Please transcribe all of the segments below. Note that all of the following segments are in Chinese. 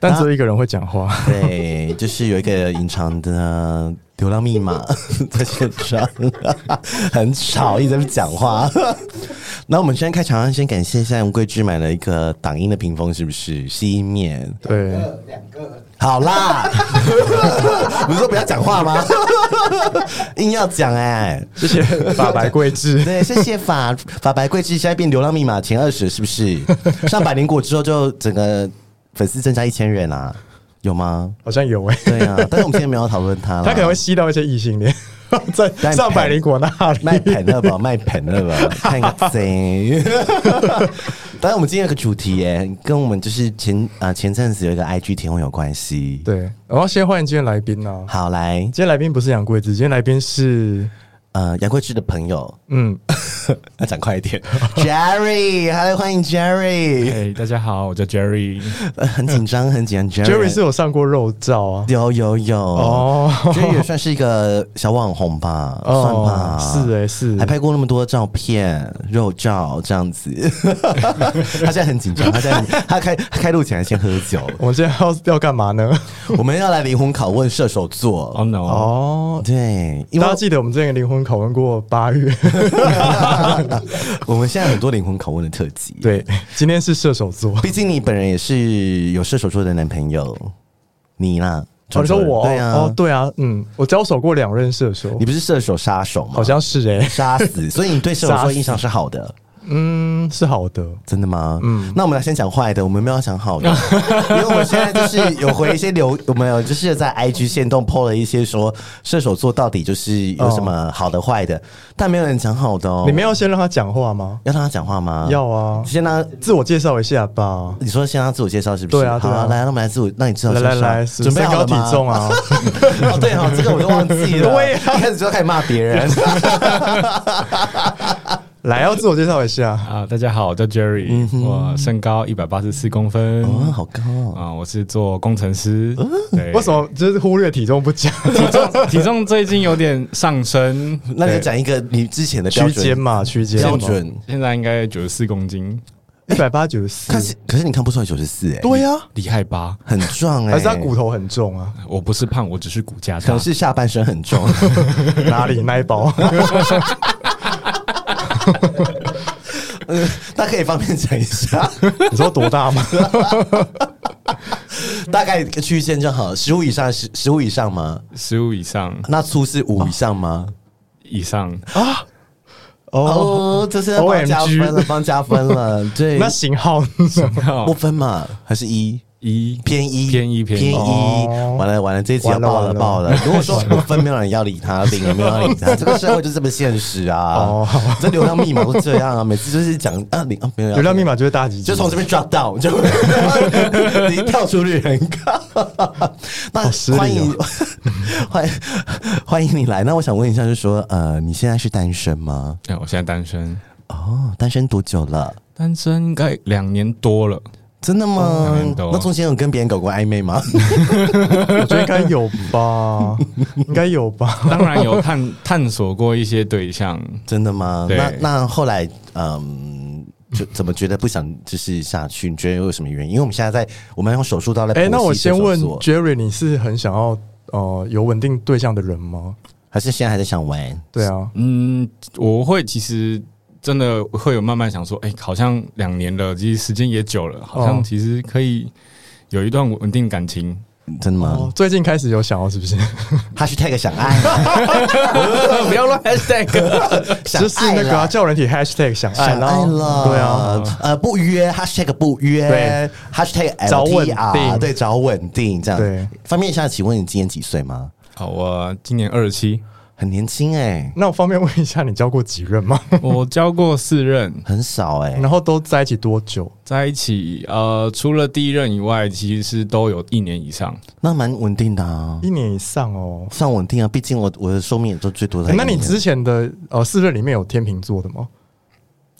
但只有一个人会讲话，对，就是有一个隐藏的呃流浪密码 在现场，很吵，一直在讲话。 那我们先开场，先感谢一下吴桂芝买了一个挡音的屏风，是不是？吸音面，对，好啦， 不是说不要讲话吗？ 硬要讲哎、谢谢 法白桂智。对，谢谢法法白桂枝，现在变流浪密码前二十，是不是？上百灵果之后，就整个粉丝增加一千人啊，有吗？好像 有诶、欸对啊， 但是我们现在没有要讨论它了。他可能会吸到一些异性恋， 在但上百灵果那卖里。盆了吧，卖盆了吧，看个 贼。当然，我们今天有个主题耶，跟我们就是前啊、前阵子有一个 IG 提问有关系。对，我要先欢迎今天来宾啊。好，来，今天来宾不是杨贵子，今天来宾是呃，杨贵枝的朋友， 嗯，要讲快一点 ，Jerry，Hello，欢 迎 Jerry，、嘿大家好，我叫 Jerry。呃很紧张，很紧张 Jerry 是有上过肉照啊。有有有哦，这也算是一个小网红吧，算哦吧，是诶、是还拍过那么多照片、肉照这样子。 他现在很紧 张，他现在很他开他开录前还先喝酒。我们今天要要干嘛呢？我们要来灵魂拷问射手座。 Oh no！哦，对，因为大家记得我们之前灵魂拷问过八 月，我们现在很多灵魂拷问的特辑。，对，今天是射手座， 毕竟你本人也是有射手座的男朋友，你啦。哦，你说我，对啊，哦，对啊，嗯，我交手过两任射手你，不是射手杀手 吗？好像是哎、杀死，所以你对射手杀座死印象是 好的。嗯，是好的，真的吗？嗯，那我们来先讲坏的，我们没有要讲好的， 因为我们现在就是有回一些留，我们有就是在 IG 线动 PO 了一些说射手座到底就是有什么好的坏的，但没有人讲好的哦。你们要先让他讲话吗？要让他讲话吗？，要啊，先让他。自我介绍一下吧。你说先让他自我介绍是不是？对啊对啊好，来，那我们来自我，那你自我来介绍来来，准备身好高了体吗？重 啊，哦，对哦，这个我都忘记了。对啊 一开始就开始骂别人。 来要自我介绍一下。啊，大家好，我叫 Jerry，、我身高一百八十四公分，嗯哦，好呃高哦！啊，我是做工程师。对，为什么就是忽略体重不 讲？体重体重最近有点上升？那你就对，讲一个你之前的标区间准嘛，区间标准，现在应该九十四公斤，一百八九十四可，是可是你看不出来九十四哎，对呀，厉害吧？很壮哎，还是他骨头很重 啊？我不是胖，我只是骨架可大能。是下半身 很重。哪里那一包？ 嗯，那可以方便讲一下，你说多大吗？大概区间就好，十五以上，十十五以上吗？十五以上那粗是五以上吗？以上，啊哦，哦，这是要帮加分了， OMG 帮加分了。对，那型号是什么？不分嘛，还是一一偏一偏一偏一偏一哦？完了完了，这一集要完了爆了完了爆了！如果说不分，没有人要理他，领也没有人要理 他，这个社会就这么现实啊哦！这流量密码都这样啊，每次就是讲啊，你啊没有人要流量理密码就是大几集？就从这边 drop down，就 你跳出率很高。那好失礼哦欢迎欢迎欢迎你来。那我想问一下，就是说，呃，你现在是单身吗？哎、我现在单身，哦，单身多久了？单身应该两年多了，真的吗哦两？年多那中间有跟别人搞过暧昧吗？我觉得应该有 吧，应该有吧。当然有探 探索过一些对象，真的吗？对那那后来，嗯。就怎么觉得不想就是下去？你觉得有什么原因？因为我们现在在我们用手术刀来哎、那我剖析射先问手座， Jerry，你是很想要呃有稳定对象的人吗？还是现在还在想玩？对啊，嗯，我会其实真的会有慢慢想说，哎、好像两年了，其实时间也久了，好像其实可以有一段稳定感情。真的吗哦，最近开始有想要是 不是？ ？#hashtag 想爱，不要乱 hashtag， 想就是爱那个、啦啊、叫人体 hashtag 想爱想啦，爱了，哎对啊，，呃，不约，#hashtag 不约，#hashtag 找稳 LTR，定对，找稳定这样。对，方便一下，请问你今年几岁吗？好，我今年二十七，很年轻哎、那我方便问一下，你交过几任吗？ 我交过四任，很少哎、然后都在一起多久？在一起，呃，除了第一任以外，其实是都有一年以上。那蛮稳定的啊，一年以上哦。算稳定啊，毕竟我我的寿命也就最多在欸一那年。你之前的呃四任里面有天秤座的吗？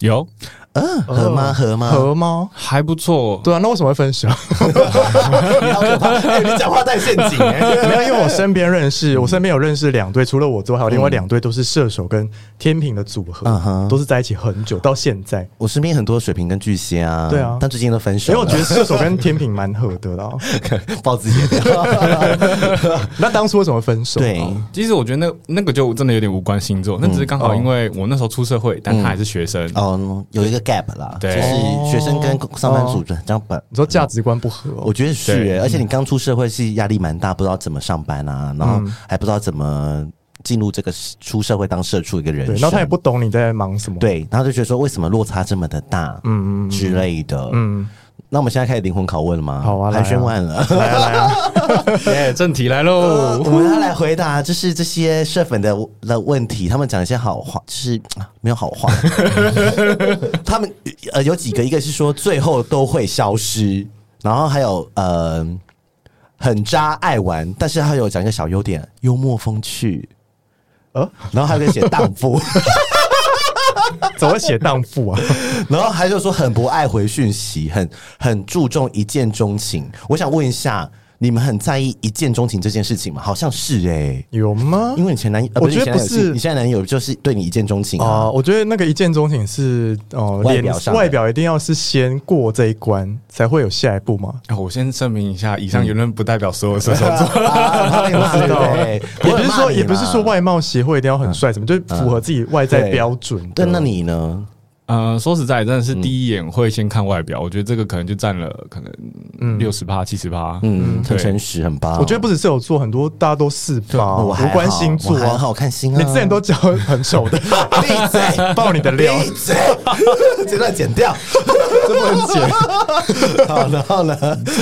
有嗯合哦吗合吗？合吗？还不错，对啊，那为什么会分手？你好可怕！哎你讲话带陷阱哎、 没有，因为我身边认识，我身边有认识两对，除了我之外，还有另外两对都是射手跟天平的组合，嗯哼都是在一起很久，到现在。我身边很多水瓶跟巨蟹啊，对啊但最近都分手因为了，我觉得射手跟天平蛮合的啦。报自己的料那当初为什么分手？啊 对，其实我觉得那那个就真的有点无关星座，那只是刚好因为我那时候出社会，但他还是学生，哦，有一个 gap 啦，就对是学生跟上班族这样本。你说价值观不合哦、我觉得是、对欸，而且你刚出社会是压力蛮大，不知道怎么上班啊，然嗯后还不知道怎么进入这个出社会当社畜一个人对，生，然后他也不懂你在忙什么。，对，然后就觉得说为什么落差这么的大，嗯嗯之类的，嗯。那我们现在开始灵魂拷问了吗？好啊来寒啊暄完了，来啊来啊，耶 正题来喽。我们要来回答，就是这些社粉的的问题，他们讲一些好话，就是啊没有好话。他们呃有几个，一个是说最后都会消失，然后还有呃很渣爱玩，但是他有讲一个小优点，幽默风趣。呃呃，然后还有一个写荡妇，怎么会写荡妇啊？然后还有说很不爱回讯息，很很注重一见钟情。我想问一下，你们很在意一见钟情这件事情吗？好像是哎、有吗？因为你前男友，呃我不是觉得不是你前男友你现在男友就是对你一见钟情啊哦、。我觉得那个一见钟情是哦，外脸表上的外表一定要是先过这一关，才会有下一步嘛。啊我先声明一下，以上言论不代表所有射手座。啊我知道， 对哦也对不是说我有骂你吗也不是说外貌协会一定要很帅，什么就是符合自己外在标准的。对，那你呢？呃，说实在，真的是嗯第一眼会先看外表，我觉得这个可能就占了可能六十趴、七十趴。 嗯，很对诚实，很棒。我觉得不只是有做很多，大家都是吧，我还无关星座我还啊。好看星啊。你之前都讲很丑的， 闭 嘴，爆你的料，闭嘴， 这段剪掉。这不能剪。好，然后呢？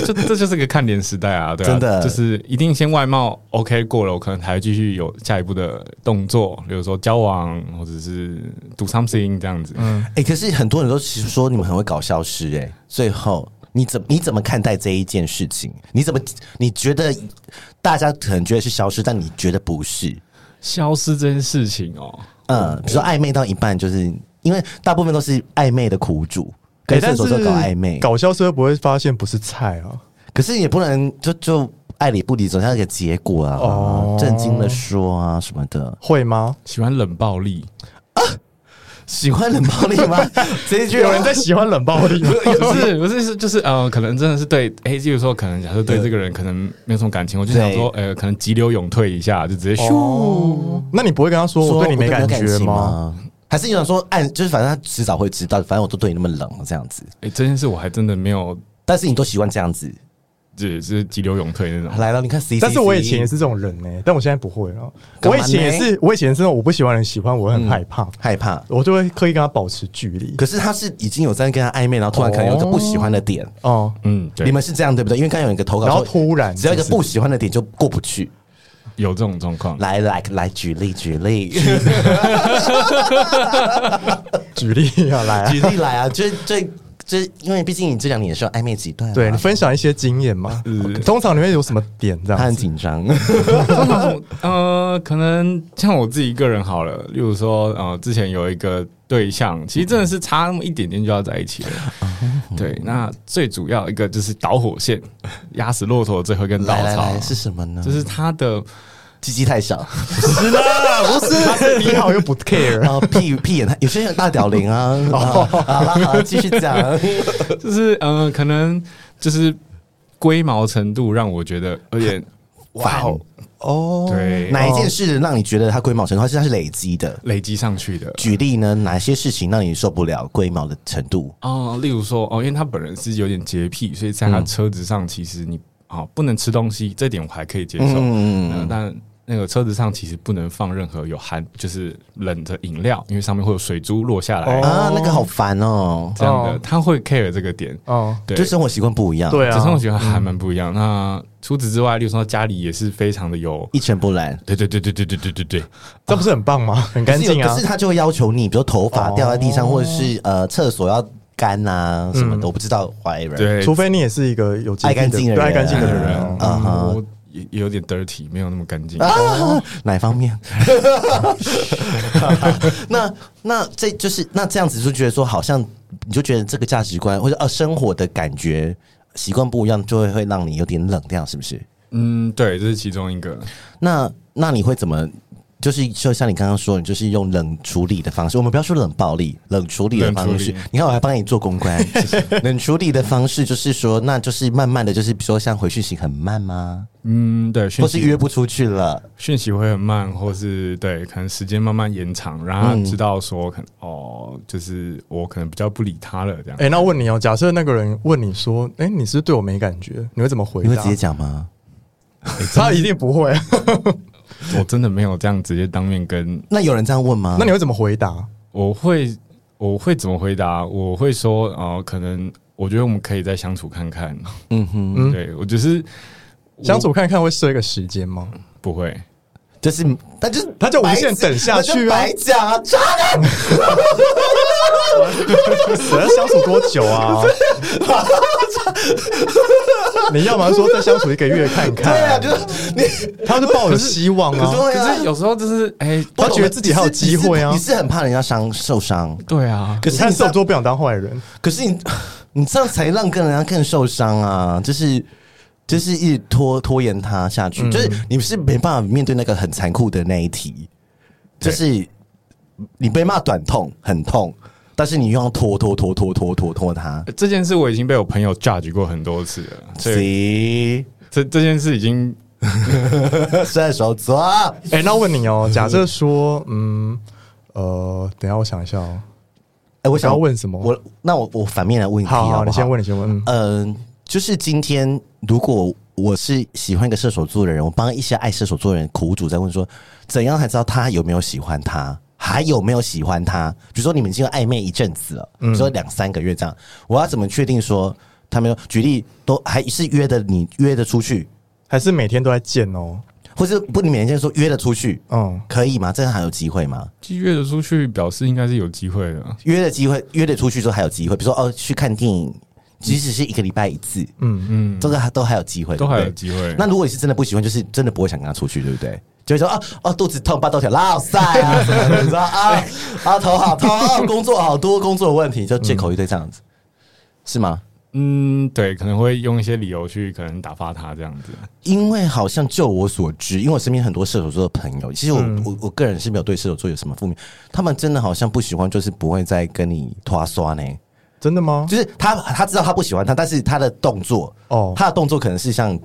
这这就是个看脸时代啊，对啊，真的就是一定先外貌 OK 过了，我可能才会继续有下一步的动作，比如说交往或者是 do something 这样子。嗯，哎，可是很多人都其实说你们很会搞消失，哎，最后。你怎你怎么看待这一件事情？你怎么你觉得大家可能觉得是消失，但你觉得不是？消失这件事情哦，嗯，比如说暧昧到一半，就是因为大部分都是暧昧的苦主，跟欸射但手是座搞暧昧，搞笑社会不会发现不是菜啊。可是也不能就就爱理不理，总要有一个结果啊，哦震惊的说啊什么的。会吗？ 喜欢冷暴力，喜欢冷暴力 吗？这一句有人在喜欢冷暴力吗？ 不是不是是就是呃，可能真的是对，哎、比如说可能假设对这个人可能没有什么感情，我就想说，呃，可能急流勇退一下，就直接咻。 那你不会跟他说哦说我对你没感感觉情吗？吗？还是你想说暗，就是反正他迟早会知道，反正我都对你那么冷这样子，哎、这件事我还真的没有，但是你都喜欢这样子。只是急流勇退那 种。来了，你看 C，但是我以前也是这种人呢、但我现在不会了。干我嘛以呢前也是，我以前是那种我不喜欢的人喜欢，我会很害怕，害怕，我就会刻意跟他保持距离。可是他是已经有在跟他暧昧，然后突然可能有一个不喜欢的点，哦、嗯，对你们是这样对不对？因为刚刚有一个投稿然后说，突然只要一个不喜欢的点就过不去。有这种状况。来来来，举例 举例举例要来、啊，举例来啊！ 就是最就是因为毕竟你这两年也是有暧昧几段、啊，对你分享一些经验嘛？通常你会有什么点这他样嗯 很子？紧张，通常呃，可能像我自己一个人好了，例如说呃，之前有一个对象，其实真的是差那么一点点就要在一起了。哦对，那最主要一个就是导火线，压死骆驼的最后一根稻来来草来，，是什么呢？就是他的鸡鸡太小， 不是，你好又不 care，然后屁屁眼太，有些人有大屌零 啊。好哦了，好啦继续讲。就是呃，可能就是龟毛程度让我觉得有点哇哦 哦，对哪一件事让你觉得它龟毛程度？它是它是累积的。累积上去的。举例呢，哪些事情让你受不了龟毛的程度？哦，例如说哦，因为他本人是有点洁癖，所以嗯在他车子上，其实你哦不能吃东西，这点我还可以接受。嗯嗯，但那个车子上其实不能放任何有含就是冷的饮料，因为上面会有水珠落下来、哦啊，那个好烦哦，这样的哦，他会 care 这个点。哦，对，就嗯生活习惯不一样，，对只是我啊，觉得还蛮不一样。那除此之外，例如说家里也是非常的有，一尘不染。对对对对对对对对对，这不是很棒吗？很干净可啊哦是，他就会要求你，比如头发掉在地上，或者是呃厕所要干啊嗯什么的，我不知道 whatever。对，除非你也是一个有洁癖爱干净的对人爱干净的对人嗯啊。哈我也也有点 dirty，没有那么干净。 啊，哪方面？ 那那这就是那这样子就觉得说，好像你就觉得这个价值观或者呃生活的感觉习惯不一样，就会会让你有点冷掉，是不是？嗯，对，这是其中一个。那那你会怎么？就是就像你刚刚说，你就是用冷处理的方式，我们不要说冷暴力，冷处理的方冷处式理。你看，我还帮你做 公关。冷处理的方式就是说，那就是慢慢的就是，比如说像回讯息很慢吗？嗯，对，或讯是息约不出去了？讯息会很慢，或是对，可能时间慢慢延长，然后他知道说可能、哦，就是我可能比较不理他了这样。哎、那我问你哦，假设那个人问你说：“哎、你是不是对我没感觉？”你会怎么回你会答直？接嗯讲吗？他一定不会。我真的没有这样直接当面跟，那有人这样问吗？那你会怎么回答？我会我会怎么回答？我会说哦、可能我觉得我们可以再相处看看。嗯哼，嗯对我就是我相处看看会设一个时间吗？不会，就是他就是他就无限等下去啊白 讲啊，渣我要相处多久 啊？你要么说再相处一个月看看，对啊，就是你他是抱有希望可是啊。会可啊是有时候就是哎、他觉得自己还有机会啊你是你是很怕人家伤受伤，对啊，可是但你射手这座不想当坏 人，可是你 你这样才让跟人家更受伤啊，就是。就是一直拖拖延他下嗯去，就是你是没办法面对那个很残酷的那一题，就对是你被骂短痛很痛，但是你又要拖拖拖拖拖拖拖他，这件事我已经被我朋友 judge 过很多次了，所以 行，这这件事已经射手座，哎、那我问你哦，假设说，嗯，呃，等一下我想一下哦，哎，我我想想要问什么？我那我我反面来问你，好好不好，好你先问，你先问，嗯，嗯、就是今天如果我是喜欢一个射手座的人，我帮一些爱射手座的人苦主在问说，怎样才知道他有没有喜欢他？还有没有喜欢他？比如说你们已经有暧昧一阵子了，比嗯如说两三个月这样，我要怎么确定说他没有？举例都还是约的你约的出去，还是每天都在见哦，或是不你每天说约的出去，嗯，可以吗？这样还有机会吗？约得出去，表示应该是有机会的。约的机会，约的出去之后还有机会，比如说哦去看电影，即使是一个礼拜一次，嗯，这个还都还有机会，都还对不有对机会。那如果你是真的不喜欢，就是真的不会想跟他出去，对不对？就会说啊啊肚子痛，八道条拉塞啊，什么的你知道啊啊头好痛，啊工作好多工作有问题，就借口一堆这样子，是吗？嗯，对，可能会用一些理由去可能打发他这样子。因为好像就我所知，因为我身边很多射手座的朋友，其实我、我我个人是没有对射手座有什么负面，他们真的好像不喜欢，就是不会再跟你拖刷呢。真的吗？就是他他知道他不喜欢他，但是他的动作哦他的动作可能是像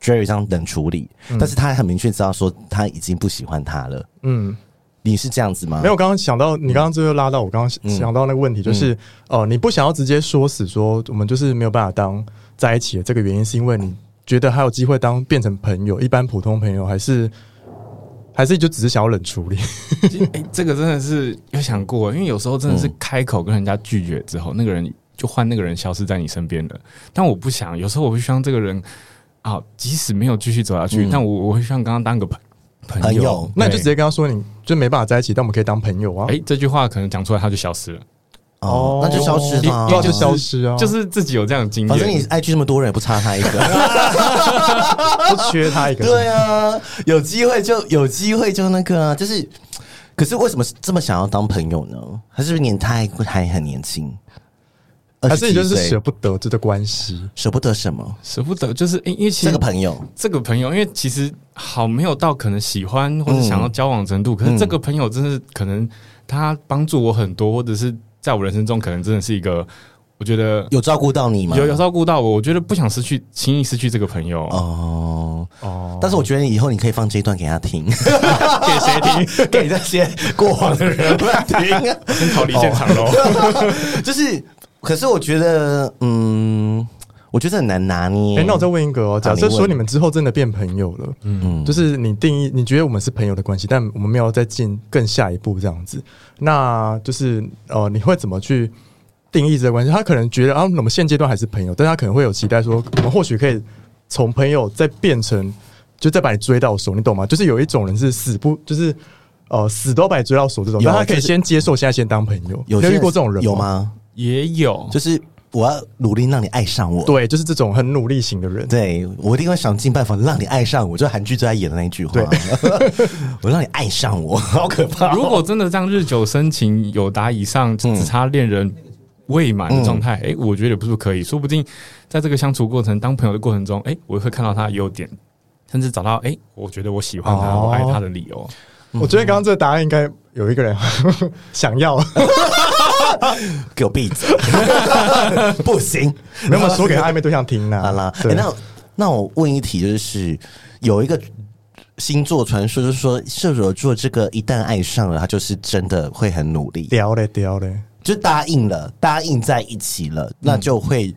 Jerry 这样冷处理，但是他很明确知道说他已经不喜欢他了。嗯，你是这样子吗？没有，刚刚想到你刚刚最后拉到我刚刚想到那个问题，就是哦、呃你不想要直接说死说我们就是没有办法当在一起的这个原因，是因为你觉得还有机会当变成朋友，一般普通朋友，还是还是就只是想要冷处理？哎、这个真的是有想过，因为有时候真的是开口跟人家拒绝之后，那个人就换那个人消失在你身边了。但我不想，有时候我会希望这个人啊，即使没有继续走下去，嗯但我我会希望跟他当个朋朋朋友友。那你就对直接跟他说你就没办法在一起，但我们可以当朋友啊哎、，这句话可能讲出来他就消失了，哦哦，那就消失对了啊啊，就消失啊， 就是自己有这样的经反正你验。 IG 这么多人，也不差他 一个。不缺他一个。对啊，有机会就有机会就那个啊，就是。可是为什么这么想要当朋友呢？还是不是年太还很年轻？还是你就是27岁舍不得这个关系，舍不得什么？舍不得，就是、哎因为其这实个朋友这个朋友，因为其实好没有到可能喜欢或者想要交往程嗯度，可是这个朋友真的是可能他帮助我很多，或者是在我人生中可能真的是一个，我觉得有照顾到你吗？有有照顾到我，我觉得不想失去，轻易失去这个朋友。哦，哦，但是我觉得以后你可以放这一段给 他听，给谁听？ 给那些过往的人们 听。哦 先逃离现场喽。就是，可是我觉得，嗯，我觉得很难拿捏。哎、那我再问一个哦，假设你问说你们之后真的变朋友了，嗯，就是你定义，你觉得我们是朋友的关系，但我们没有再进更下一步这样子，那就是呃，你会怎么去定义这个关系？他可能觉得啊，我们现阶段还是朋友，但他可能会有期待说，我们或许可以从朋友再变成，就再把你追到手，你懂吗？就是有一种人是死不，就是呃死都要把你追到手这种，有但啊他可以就是先接受，现在先当朋友。有你些遇过这种人有？吗？也有，就是我要努力让你爱上我。对，就是这种很努力型的人。对，我一定会想尽办法让你爱上我，就韩剧最爱演的那一句话， 我让你爱上我，好可怕哦、如果真的这样日久生情，有达以上只差恋人未满的状态，嗯哎、我觉得不是可以，说不定在这个相处过程、当朋友的过程中，哎、我会看到他的优点，甚至找到哎、我觉得我喜欢他、哦我爱他的理由。我觉得刚刚这个答案应该有一个人 想 要，给我闭 嘴，不行，没有说给暧昧对象听呢。好啦，对诶那那我问一题，就是有一个星座传说，就是说射手座这个一旦爱上了，他就是真的会很努力，屌嘞屌嘞，就答应了，答应在一起了，那就会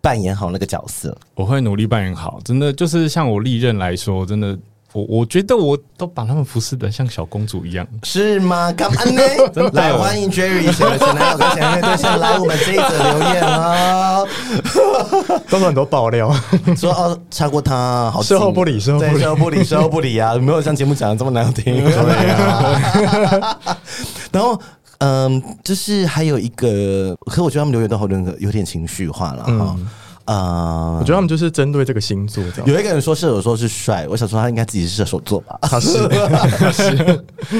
扮演好那个角色。我会努力扮演好，真的就是像我历任来说，真的，我我觉得我都把他们服侍的像小公主一样。 是吗？干 嘛呢？来，欢迎 Jerry 以前的前男友跟前任对象来我们这一则留言 哦，都是很多爆 料。说哦超过他，好事后近不理事后不理对事后不理，事后不理啊，没有像节目讲的这么难听。 对啊， 然后。嗯，就是还有一个，可我觉得他们留言都好有有点情绪化了哈。呃，嗯我觉得他们就是针对这个星座这样。有一个人说射手座是帅，我想说他应该自己是射手座吧。他 是，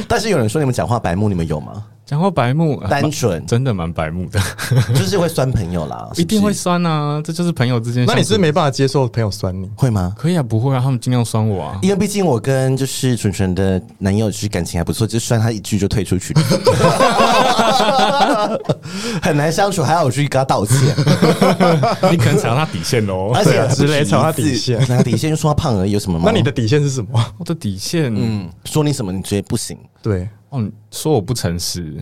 但是有人说你们讲话白目，你们有吗？讲话白目，啊单纯真的蛮白目的，就是会酸朋友啦，一定会是酸啊，这就是朋友之间相处。那你是哦没办法接受朋友酸你不，是会吗？可以啊，不会啊，他们尽量酸我啊。 因为毕竟我跟就是纯纯的男友就是感情还不错，就算他一句就退出去，很难相处，还要我去跟他道歉，你可能踩到他底线哦啊喽。 而且还不止直雷一次踩他底线踩他底线就说他胖而已，有什么吗？那你的底线是什么？ 我的哦底线，嗯，说你什么你觉得不行？对哦，你说我不诚实，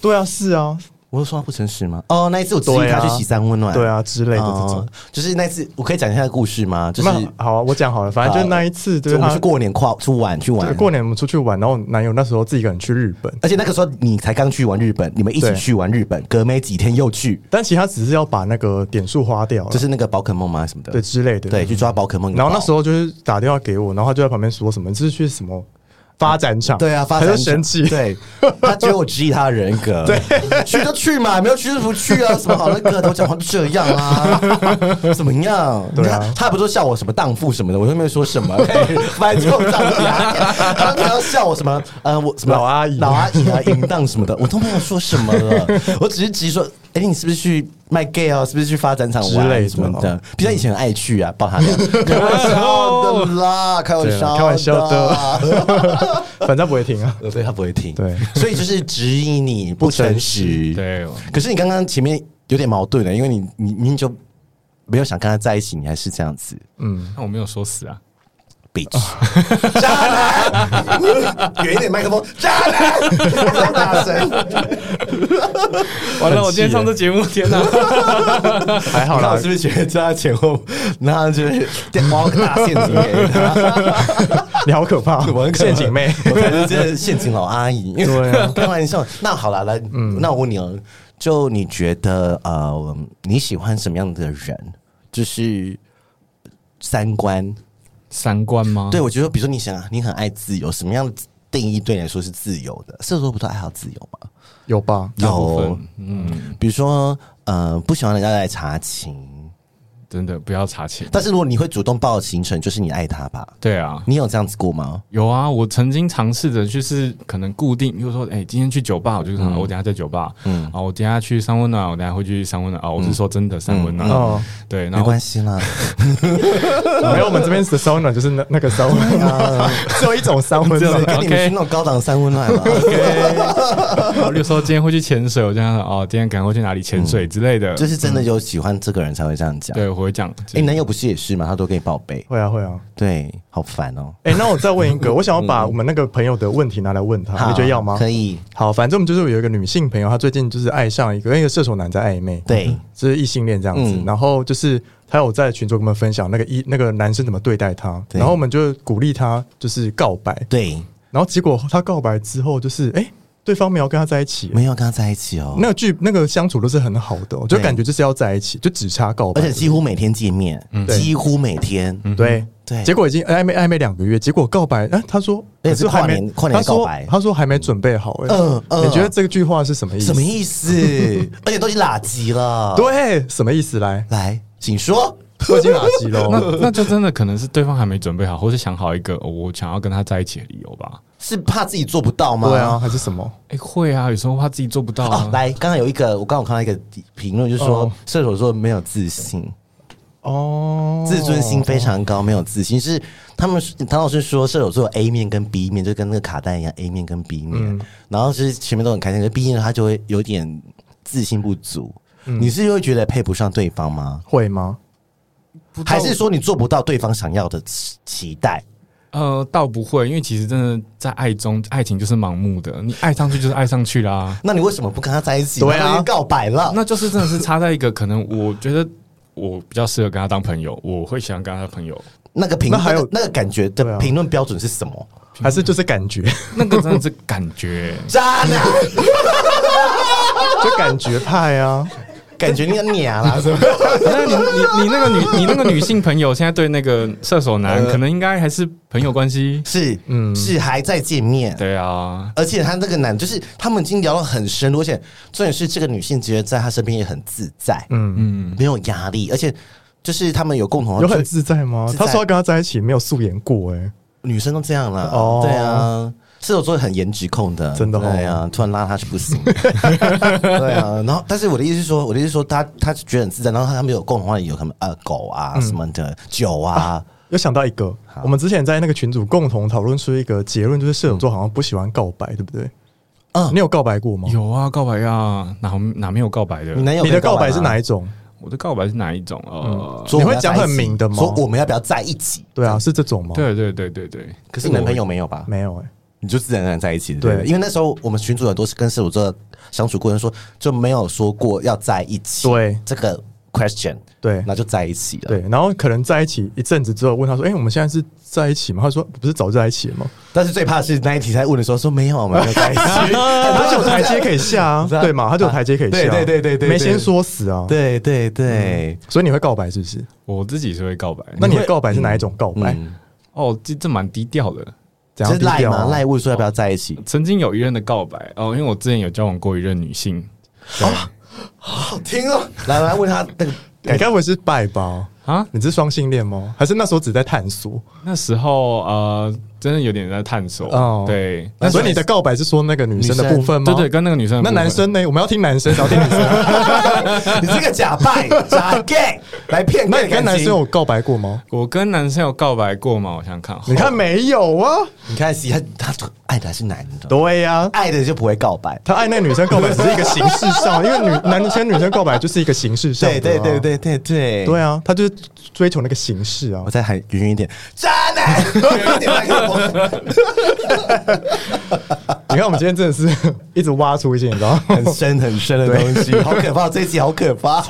对啊，是啊，我有说他不诚实吗？哦，那一次我质疑对他啊去洗三温暖，对啊之类的这哦种。就是那次我可以讲一下故事吗？就是那好啊，我讲好了，反正就是那一次，就就是我们去他过年跨出玩去对玩，过年我们出去玩，然后男友那时候自己一个人去日本，而且那个时候你才刚去完日本，你们一起对去玩日本，隔没几天又去，但其实他只是要把那个点数花掉了，就是那个宝可梦吗？什么的？对之类的。对，去抓宝可梦。然后那时候。候就是打电话给我，然后他就在旁边说什么，这是去什么发展场？对啊，发展他就生气。对，他觉得我质疑他的人 格，对，去就去嘛，没有去就不去啊，有什么好那个的，我讲话就这样啊，怎么样？对啊他他也不是说笑我什么荡妇什么的，我又没有说什么，嘿反正就荡妇啊，他他要笑我什么，呃，我什么老阿姨老阿姨啊，淫荡什么的，我都没有说什么了，我只是直说，哎，你是不是去卖 gay 啊？是不是去发展场之类玩的哦什么的？比较以前很爱去啊，抱他 俩，开玩笑的啦，开玩对笑啊的，开玩笑的， 反正不会 停啊。呃，对他不会听，对，所以就是质疑你不诚实。，对，可是你刚刚前面有点矛盾的，欸因为你你你就没有想跟他在一起，你还是这样子嗯，那我没有说死啊。 ，bitch，渣 男， 远一点麦克风，渣男，这么大声，完很了，我今天气上耶这节目，天哪！还好啦我，是不是觉得他前后，然后就是挖个大陷阱给他？ 你好可怕，我很可陷阱 妹。我才是真的陷阱老阿姨。 对啊 嗯开玩笑。那好了，来，那我问你哦，就你觉得呃，你喜欢什么样的人？就是三观。 嗯三观吗？对，我觉得，比如说你想啊，你很爱自由，什么样的定义对你来说是自由的？射手座不都爱好自由吗？有吧？大部分，有，嗯，比如说呃，不喜欢人家来查情，真的不要查寝。但是如果你会主动报行程，就是你爱他吧？对啊，你有这样子过吗？有啊，我曾经尝试着，就是可能固定，比如说，哎、今天去酒吧，我就想，我等一下在酒吧，嗯，啊，我等一下去三温暖，我等一下会去三温暖，啊，我是说真的三温暖，哦，对，嗯然没后关系 啦，嗯没有，我们这边的烧暖就是那那 个烧啊 暖，只有一种烧温只有暖一。跟你们去那种高档三温暖吧。然后例如说今天会去潜水，我这样，哦，今天可能会去哪里潜水之类的，嗯就是真的有喜欢这个人才会这样讲。对，我会这样。哎，男友不是也是嘛，他都给你报备，会啊会啊。对，好烦哦。哎、那我再问一个，我想要把我们那个朋友的问题拿来问他，嗯好你觉得要吗？可以，好，反正我们就是有一个女性朋友，她最近就是爱上一个跟一个射手男在暧昧，对，就是异性恋这样子。嗯然后就是她有在群组跟我们分享那个一那个男生怎么对待她，对然后我们就鼓励她就是告白，对，然后结果她告白之后就是哎、诶对方没有跟她在一起。没有跟他在一起哦，那个剧那个相处都是很好的哦、就对感觉就是要在一起，就只差告白而了，且几乎每天见面，对几乎每天，对对结果已经暧昧暧昧两个月，结果告白，哎、他说，而且可是是还跨没年跨年他说告白他说还没准备好、哎、嗯嗯你觉得这个句话是什么意思？什么 意思？而且都已经垃圾了，，对，什么意思？ 来，来，请说。我已经垃圾哦那了。哦那就真的可能是对方还没准备好，或是想好一个、哦我想要跟他在一起的理由吧。是怕自己做不到吗？对啊，，还是什么？哎、会啊，有时候怕自己做不到啊哦，。来，刚刚有一个，我刚好看到一个评论，就是说、哦射手座没有自信，哦，自尊心非常高，没有自信。是他们唐老师说射手座有 A 面跟 B 面，就跟那个卡带一样，A 面跟 B 面。嗯然后就是前面都很开心，可是 B 面他就会有点自信不足。嗯你是会觉得配不上对方吗？会吗？不到还是说你做不到对方想要的期期待？呃，倒不会，因为其实真的在爱中，爱情就是盲目的，你爱上去就是爱上去啦。那你为什么不跟他在一起？对啊他都已经告白了。那就是真的是差在一个可能，我觉得我比较适合跟他当朋友，我会喜欢跟他当朋友。那个评那还有那个那个感觉对的啊评论标准是什么？还是 就是感觉，那个真的是感觉、渣男， 就感觉派啊？感觉你要娘啦，什么？ 那你你你那个女你 那个女性朋友现在对那个射手男，可能应该还是朋友关系。是，嗯是还在见面。 对啊，而且他那个男，就是他们已经聊到很深入，而且重点是这个女性觉得在他身边也很自在，嗯，嗯，没有压力，而且就是他们有共同有的很最，自在吗？自他在说要跟他在一起，没有素颜过，哎，女生都这样啦。哦对啊，射手座很颜值控的，真的哦对啊，突然拉他是 不行，对啊。然后，但是我的意思是说，我的意思是说他，他觉得很自在，然后他们有共同话题，有他们呃狗嗯啊什么的，酒啊，又想到一个，我们之前在那个群组共同讨论出一个结论，就是射手座好像不喜欢告白，对不对？嗯你有告白过吗？有啊，告白啊，哪哪没有告白的你？男友你的告白啊是一？哪一种？我的告白是哪一种？呃，啊说你我们会要在讲很一起明的吗说我们要不要在一起？对啊，是这种吗？，对对对对对，可是男朋友没有吧？没有哎，你就自然而然在一起，对不对？对因为那时候我们群主很多是跟射手座相处过程说，就没有说过要在一起，对这个 question，对那就在一起了。对，然后可能在一起一阵子之后，问他说：“哎、我们现在是在一起吗？”他说：“不是早就在一起了吗但是最怕是那一题在问的时候说没有，我们没有在一起。？”他就有台阶可以下 啊，是啊对嘛？他就有台阶可以下啊、对对对对对对没先说死啊。，对对对，所以你会告白是不是？我自己是会告白。那你会的告白是哪一种告白？嗯，哦，这这蛮低调的。怎就样是低赖调、嘛，啊？赖问说要不要在一起，曾经有一任的告白哦，因为我之前有交往过一任女性，好听哦。来来问他那个你该不会是拜吧？啊，哎你是双性恋吗？还是那时候只在探索？那时候呃，真的有点在探索。哦对，那所以你的告白是说那个女生的部分吗？对对，跟那个女生的那部分，男生呢？我们要听男生，然后听女生。你这个假拜假 gay 来骗 gay 的感情，那你跟男生有告白过吗？我跟男生有告白过吗？我想想看，你看没有啊？你看，其实他他爱的还是男的，对呀、爱的就不会告白。他爱那个女生告白只是一个形式上，因为女男生女生告白就是一个形式上的对啊、对对对对对对啊，他就是追求那个形式啊我。再喊远一点，渣男， 远一点麦克风，你看我们今天真的是 一直挖出一些，你知道吗？ 很深很深的东西，好可怕，这一集好可怕，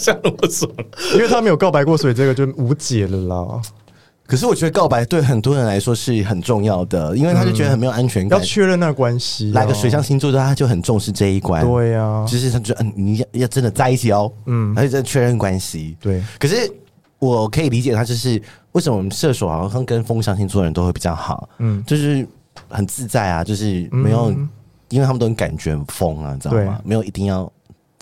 像我说，因为他没有告白过，所以这个就无解了啦。可是我觉得告白对很多人来说是很重要的，因为他就觉得很没有安全要感。确认那个关系、啊，来个水象星座的，他就很重视这一关。对啊就是他觉得嗯，你要要真的在一起哦，嗯，他就在确认关系。对，可是我可以理解他，就是为什么我们射手好像跟风象星座的人都会比较好，嗯，就是很自在啊，就是没有，因为他们都很感觉很疯啊，你知道吗？对没有一定要。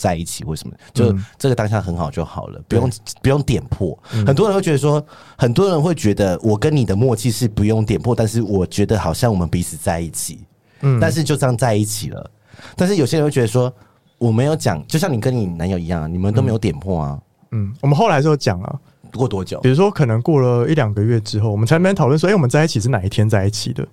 在一起或什么，就这个当下很好就好了，不用不用点破。很多人会觉得说，很多人会觉得我跟你的默契是不用点破，但是我觉得好像我们彼此在一起，但是就这样在一起了。但是有些人会觉得说，我没有讲，就像你跟你男友一样，你们都没有点破啊。嗯，我们后来就有讲啊，过多久比？如说可能过了一两个月之后，我们才没讨论说，哎、我们在一起是哪一天在一起的？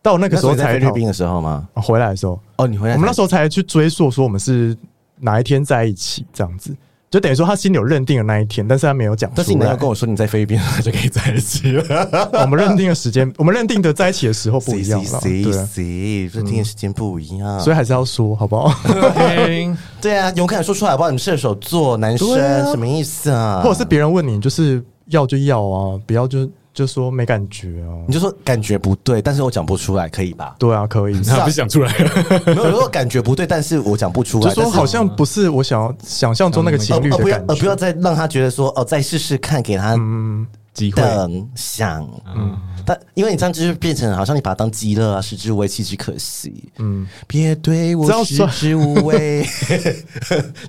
到那那个时时候候在才菲律讨宾的时候吗？啊回来的时候，哦，你回来我才，们那时候才去追溯说我们是哪一天在一起这样子。就等于说他心里有认定的那一天，但是他没有讲出来。但是你们要跟我说你在菲律宾，就可以在一起了。 我们认定的时间，我们认定的在一起的时候不一样了，谁对啊，谁这听的时间不一样，所以还是要说好不好？ OK，对啊，勇敢说出来，好不好？你们射手座男生、对啊什么意思啊？ 或者是别人问你，就是要就要啊，不要就就说没感觉啊。？你就说感觉不对，但是我讲不出来，可以吧对啊， 可以。那不是想出来了，没有，如果感觉不对，但是我讲不出来，就说但是好像不是我想要想象中那个情呃侣呃的不要感呃不觉。要再让他觉得说哦，再试试看，给他嗯，机会等想，嗯，但因为你这样就是变成好像你把它当鸡肋啊，食之无味，弃之可惜，嗯，别对这样我食算之无 味，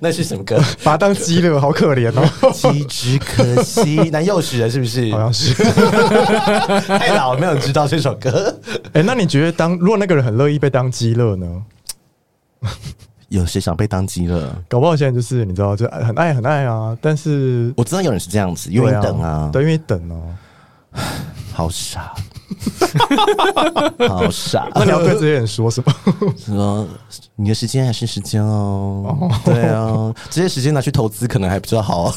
那是什么歌？把它当鸡了，好可 怜哦。弃之可惜，那又是人是不是好？像是。 太老，没有人知道这首 歌。哎、那你觉得当如果那个人很乐意被当鸡了呢？有谁想被当鸡了？搞不好现在就是你知道，就爱很爱很爱啊，但是我知道有人是这样子，愿对意等啊，对，因为等啊。好傻，好傻。那你要对这些人说 什么？说你的时间还是时间哦，对啊，这些时间拿去投资可能还比较好，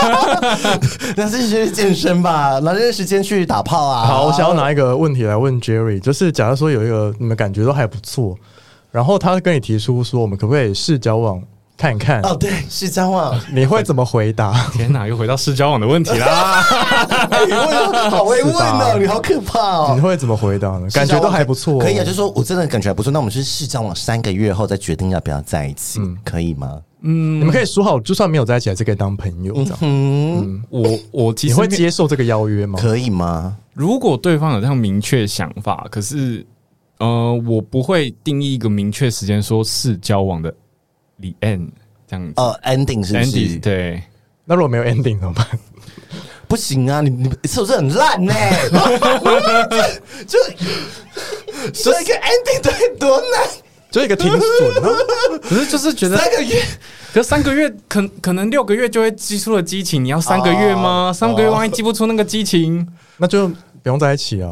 拿这些时间去健身吧，拿这些时间去打炮啊。好，我想要拿一个问题来问 Jerry，就是假如说有一个你们感觉都还不错，然后他跟你提出说，我们可不可以试交往看看？哦，对，是交往，你会怎么回答？天哪，又回到社交网的问题啦。哎你问好会 问是哦吧，你好可怕你哦。会怎么回答呢？感觉都还不错、哦可以啊，就是说我真的感觉还不错。那我们是试交往三个月后再决定要不要在一起，嗯可以吗？你们可以说好，就算没有在一起，还是可以当朋友这样。嗯，我我其你实会没接受这个邀约吗？可以吗？如果对方有这样明确想法，可是呃，我不会定义一个明确时间，说是交往的 the end 这样子。呃，ending 是不 Andy 是？对，那如果没有 ending 怎么办？ 不行啊，你你是不是很烂呢、就说一个 ending 对多难，就一个停损啊，可是就是觉得，三个月可是三个月，可可能六个月就会激出了激情，你要三个月吗？哦三个月万一激不出那个激情，那就不用在一起啊。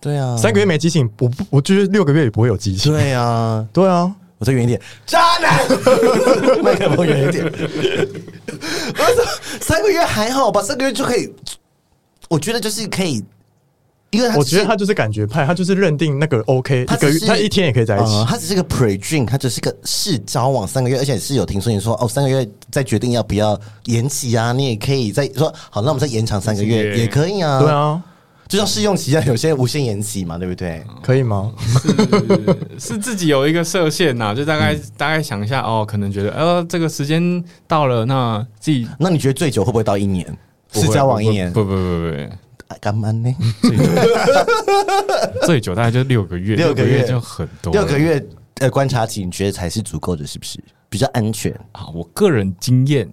对啊，三个月没激情，我不，我觉得六个月也不会有激情。对啊，对啊，我再远一点，渣 男，麦克风远一点，我说三个月还好吧，三个月就可以，我觉得就是可以，因为我只是觉得他就是感觉派，他就是认定那个 OK，一他个只月是他一天也可以在一起呃。他只是个 pre dream，他只是个试交往三个月，而且是有听说你说哦，三个月再决定要不要延期啊，你也可以再说好，那我们再延长三个月是也可以啊，对，啊，就像试用期一啊样，有些无限延期嘛，对不对？可以吗？是自己有一个设限呐、就大概、大概想一下哦，可能觉得呃这个时间到了，那自己那你觉得最久会不会到一年？不试会交往一年，不不不不不嗯啊干嘛呢？最久最久大概就六个月，六个月就很多了，六个月的观察期，你觉得才是足够的，是不是？比较安全，啊，我个人经验，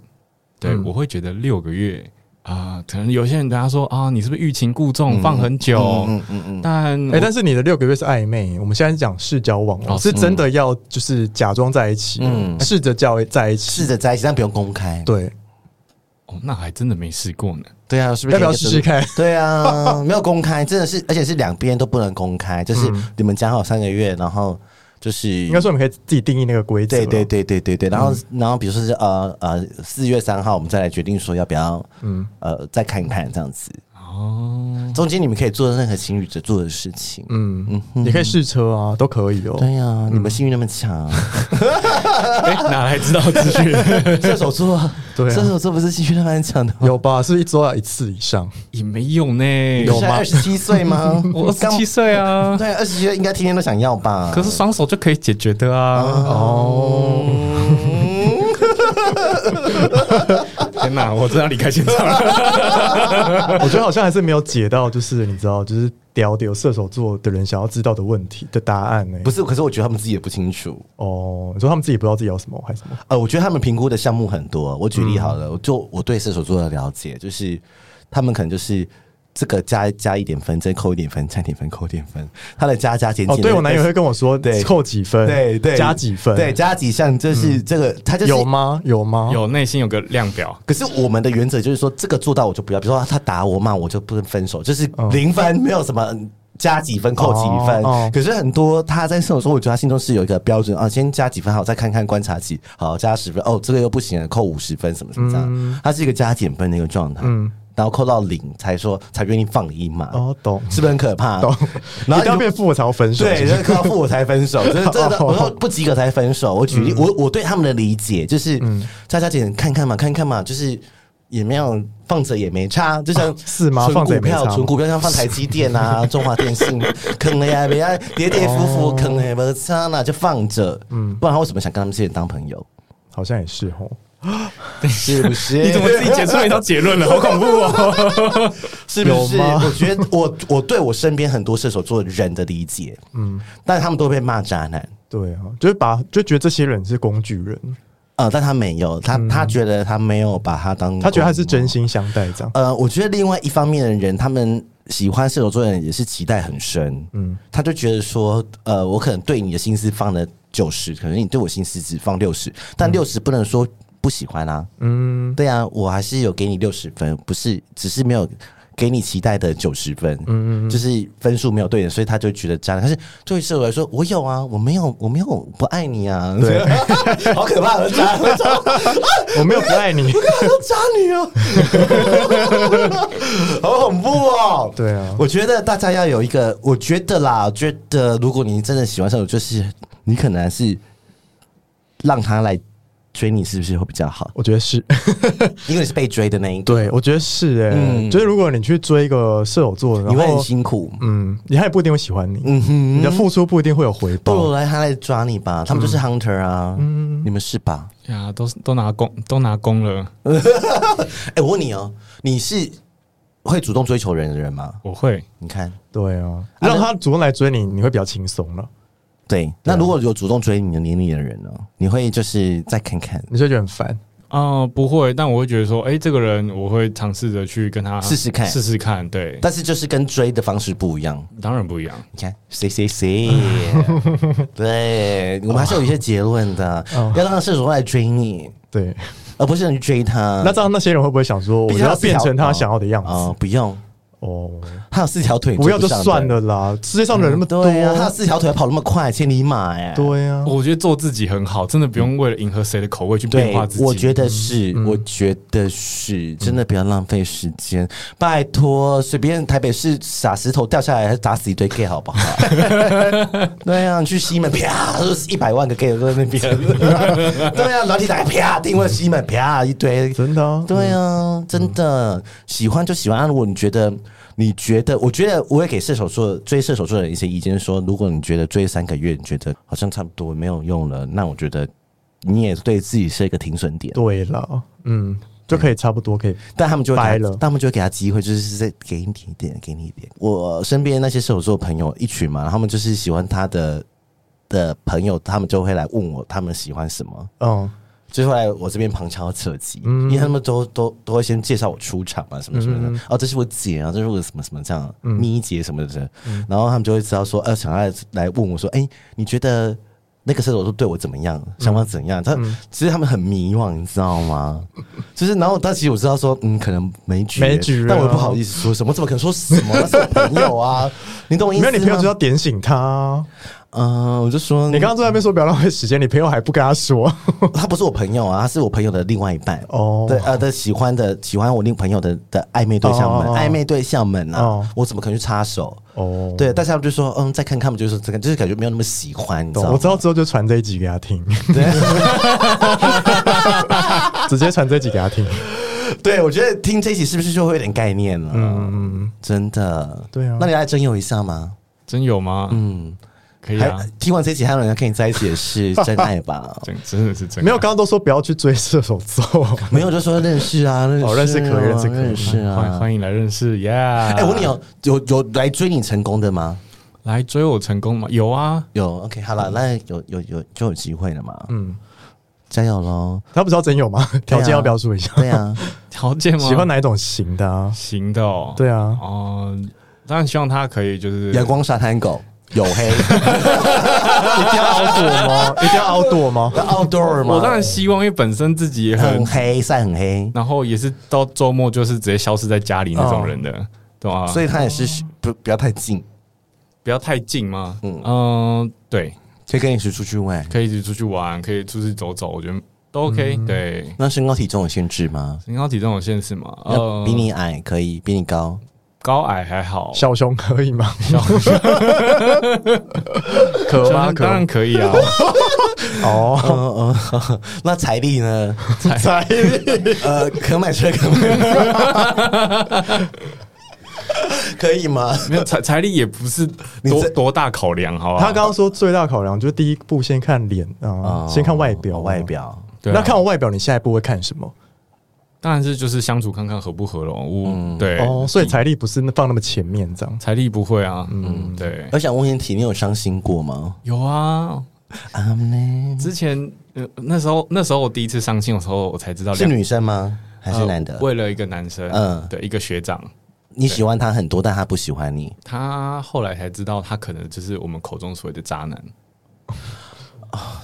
对、嗯我会觉得六个月啊、可能有些人跟他说啊，你是不是欲擒故纵，放很久？嗯嗯嗯，但我哎、但是你的六个月是暧昧，我们现在讲是交往哦，哦是真的要就是假装在一起，嗯试着叫在一起，试着在一起，但不用公开。对，哦，那还真的没试过呢。对啊，是不是要不要可以试试看？对啊，没有公开，真的是，而且是两边都不能公开，就是你们讲好三个月，然后就是应该说我们可以自己定义那个规则对了，对对对对对，然后、然后比如说是呃呃四月三号，我们再来决定说要不要嗯呃再看看这样子，哦，中间你们可以做任何情侣者做的事情。嗯，你可以试车啊，都可以哦。对呀、你们性欲那么强，哎、哪来知道资讯？射手座，对啊射手座不是性欲那么强的吗？有吧？是不是一周要一次以 上， 也没有呢，有吗二十七岁吗？我二十刚七岁啊，对，二十七岁应该天天都想要吧？可是双手就可以解决的啊！哦，天哪，我真的要离开现场 了。我觉得好像还是没有解到，就是你知道，就是屌屌射手座的人想要知道的问题的答案呢、欸不是，可是我觉得他们自己也不清楚。哦，你说他们自己不知道自己要什么还是什么？呃，我觉得他们评估的项目很多。我举例嗯好了，我就我对射手座的了解，就是他们可能就是这个加加一点分，再扣一点分，加一点分，扣一点分，他的加加减减。哦，对我男友会跟我说，对扣几分，对对加几分，嗯对，加几项，就是这个，他就是有。吗？有吗？有内心有个量表，可是我们的原则就是说，这个做到我就不要，比如说他打我骂我就不能分手，就是零分，没有什么嗯加几分扣几分。嗯哦哦可是很多他在生活中，我觉得他心中是有一个标准啊，先加几分好，再看看观察期，好加十分哦，这个又不行了，扣五十分什么什么这样，他是一个加减分的一个状态，嗯然后扣到零才说才愿意放你一马，哦，懂。是不是很可怕？懂，然然后后要你变富我才要分手，对，是不就是是靠父我才分手，就是真的，我说不及格才分手。我举例，我我对他们的理解就是，佳佳姐看看嘛，看看嘛，就是。也没有放着也没差，就像啊是吗存放着也股没票差吗存股票像放台积电啊、 中华电信，坑了呀，别呀，跌跌伏伏，坑了也没差啦，就放着。嗯，不然他为什么想跟他们这些人当朋友？好像也是哦。是不是？你怎么 自己结出了一套结论了？ 好恐怖哦！ 是不是？有吗我觉得我我对我身边很多射手座人的理解，嗯，但他们都被骂渣男。对啊，就是把就觉得这些人是工具人，呃，但他没有，他、他觉得他没有把他当，嗯他觉得他是。真心相待这样。呃，我觉得另外一方面的人，他们喜欢射手座的人也是期待很深，嗯，他就觉得说，呃，我可能对你的心思放了九十，可能你对我心思只放六十，但六十不能说不喜欢啊，嗯，对啊，我还是有给你六十分，不是，只是没有给你期待的九十分，嗯就是分数没有对的，所以他就觉得渣男。但是对于射手来说，我有啊，我没有，我没有不爱你啊，对， 好可怕，我渣男，我没有不爱 你，我渣女 哦，好恐怖哦，对啊我觉得大家要有一个，我觉得啦，我觉得如果你真的喜欢上我，就是你可能还是让他来追你，是不是会比较好？我觉得是，因为你是被追的那一个，对我觉得是哎、嗯就是如果你去追一个射手座，你然会很后辛苦。嗯，你还不一定会喜欢你，嗯哼，你的付出不一定会有回不报如。来他来抓你吧，他们就是 hunter 啊，你们是吧？呀，都都拿弓，都拿弓了。哎、我问你哦，你是会主动追求人的人吗？我会，你看，对啊，让他主动来追你，你会比较轻松了，对，啊那如果有主动追你的年龄的人呢，你会就是再看看，你就觉得很烦。啊、不会，但我会觉得说，哎、这个人我会尝试着去跟他试试看试试看。对，但是就是跟追的方式不一样。当然不一样。你看，谁谁 谁，对我们还是有一些结论的，哦要让射手座来追你，对，而不是你去追他。那这样那些人会不会想说，我嗯就毕竟他要是变成他条想要的样子？哦，不用，哦，他有四条腿，不要追就上算的。了啦，世界上人那么多，啊对呀、啊他有四条腿跑那么快，千里马哎、对啊呀、我觉得做自己很好，真的不用为了迎合谁的口味去变对化自，己。嗯我觉得是，我觉得是，真的不要浪费时间。拜托，随便台北市撒石头掉下来，还打死一堆 gay 好不 好？对啊，你去西门啪，一百万个 gay 都在那边。 对啊，然后你打开啪，定位西门啪一堆。真的、啊，对啊，真的喜欢就喜欢。啊如果你觉得，你觉得，我觉得我也给射手座追射手座的人一些意见说，如果你觉得追三个月，你觉得好像差不多没有用了，那我觉得你也对自己是一个停损点。对了，嗯，就可以差不多可以，但他们就会掰给他了，他们就会给他机会，就是再给你一点，给你一点。我身边那些射手座朋友一群嘛，他们就是喜欢他的的朋友，他们就会来问我他们喜欢什么。嗯，最后来我这边旁敲侧击，因为他们都都都会先介绍我出场啊，什么什么嗯的。哦，这是我姐啊，这是我什么什么这样，咪姐什么的。嗯然后他们就会知道说，呃，想要来问我说，哎、你觉得那个射手座对我怎么样，嗯想法怎样？他其实他们很迷惘，你知道 吗？就是，然后但其实我知道说，嗯，可能没局，没局啊但我也不好意思说什么，怎么可能说什么？那是我朋 友啊，你懂我意没思有吗？你朋友就要点醒他啊、嗯、我就说你刚刚在那边说不要浪费时间，你朋友还不跟他说，他不是我朋友啊，他是我朋友的另外一半哦对呃的喜欢的喜欢我另朋友的的暧昧对象们，哦哦哦暧昧对象们啊，哦我怎么可能去插手？哦，对，但是他们就说，嗯，再看看，他们就说这个，就是感觉没有那么喜欢，你知懂，道我吗知？道之后就传这一集给他听， 直接传这一集给他听， 对，我觉得听这一集是不是就会有点概念了？ 嗯嗯，真的，对啊那你来征友一下吗？真有吗？嗯，可以还啊，听完这一集，还有人要跟你在一起，也是真爱吧？真真的是啊真没有，刚刚都说不要去追射手座，没有就说认识啊，认识、啊，哦认识可以认识可以认识爱欢啊。欢迎来认识呀！哎、我问你哦，有有来追你成功的吗？来追我成功吗？有啊，有 OK，好了，那有有有就有机会了嘛？嗯，加油 喽！他不知道真有吗？条件要标注一下，啊对啊，条件吗？喜欢哪一种型的啊？行的哦。对啊， 哦、当然希望他可以就是阳光沙滩狗，黝 黑一定要凹躲吗？一定要凹躲吗？ ，outdoor 吗？我当然希望，因为本身自己也很很，黑，晒很黑，然后也是到哦周末就是直接消失在家里那种人的，懂吗？所以他也是不不要太近。不要太近嘛。嗯嗯、对，可以跟你一起出去玩。可以一起出去玩，可以出去走走，我觉得都 OK、对，嗯那身高体重有限制吗？身高体重有限制嘛？要呃，比你矮可以，比你高高矮还好，小熊可以吗？ 可吗？可当然可以啊。哦，哦哦， 那财力呢？才 呃，可买车可买， 可以吗？没有财财力也不是你多这多大考量，哦好吧？他刚刚说最大考量就是第一步先看脸啊，先看外表，哦外。表。对啊那看完外表，你下一步会看什么？当然是就是相处看看合不合咯。我、嗯对哦，所以财力不是放那么前面这样。财力不会啊，嗯，对，我想问一题，你有伤心过吗？有啊。啊呢，之前呃那时候那时候我第一次相亲的时候，我才知道是两女生吗？还是男的？呃为了一个男生，嗯嗯，对，一个学长，你喜欢他很多，但他不喜欢你。他后来才知道，他可能就是我们口中所谓的渣男。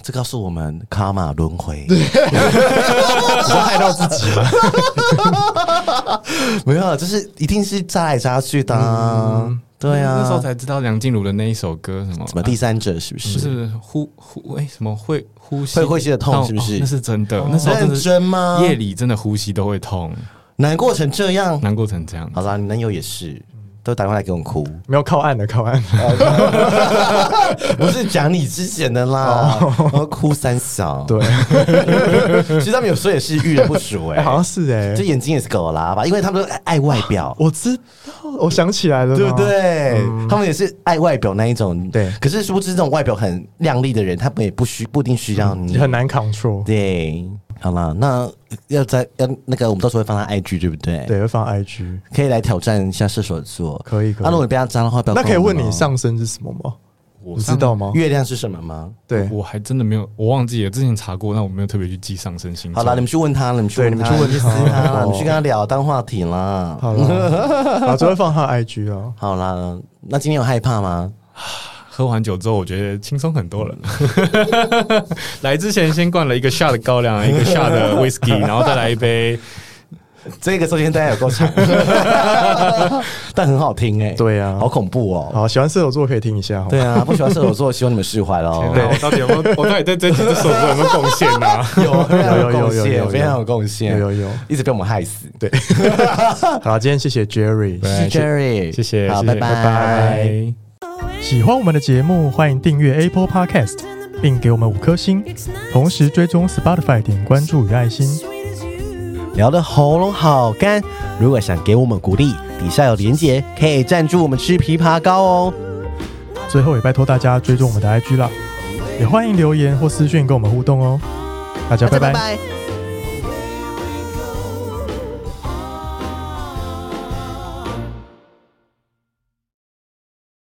这告诉我们卡玛轮回， 我害到自己了。 没有，啊就是一定是扎来扎去的、啊对啊，嗯那时候才知道梁静茹的那一首歌什么什么第三者是不不是？是呼呼哎、什么会呼吸会呼吸的痛到是不是哦那是真的，那时候真认的真啊吗？夜里嗯真的呼吸都会痛，难过成这样，难过成这样。哦好啦，你男友也是，嗯都打电话来给我 哭，没有靠岸的，靠岸的。不是讲你之前的啦，哦然后哭三小。对， 其实他们有时候也是遇人不 淑哎、哎，好像是哎就，眼睛也是狗啦吧，因为他们都爱爱外表。我知道， 我想起来了，对不？对？他们也是爱外表那一种，对可是殊不知，这种外表很靓丽的人，他们也不需不一定需要你。很难 control。对，好啦，那要在要那个，我们到时候会放他 IG，对不对？，对，会放 IG。可以来挑战一下射手座。可以可以啊，如果你被他扎的话，不要那可以跟我问们你哦上身是什么吗？我你知道吗？月亮是什么吗？对，我还真的没有，我忘记了之前查过，但我没有特别去记上升星座。好啦，你们去问他了，你们去对问你他，们去问你他撕他啦，哦你们去跟他聊当话题啦。好 了，好，只会放他的 IG 啊。好啦，那今天有害怕吗？喝完酒之后，我觉得轻松很多了。嗯 来之前先灌了一个 shot 的 高粱，一个 shot 的 whisky，然后再来一杯。这个周间大家有 够长，但很好听哎、对啊好恐怖哦、好，喜欢射手座可以听一下哈。对啊，不喜欢射手座，希望你们释怀哦喽。天哪我到底有没有？我到底在这几只手指有没有贡献啊？有非常有有有贡有有献，有非常有贡献，有有有一直被我们害死。对，好，今天谢谢 Jerry。是 Jerry，谢谢，好，拜谢谢拜。喜欢我们的节目，欢迎订阅 Apple Podcast，并给我们五颗星，同时追踪 Spotify 点关注与爱心。聊的喉咙好干，如果想给我们鼓励，底下有连结，可以赞助我们吃枇杷膏哦。最后也拜托大家追踪我们的 IG 啦，也欢迎留言或私讯跟我们互动哦。大家拜拜。拜。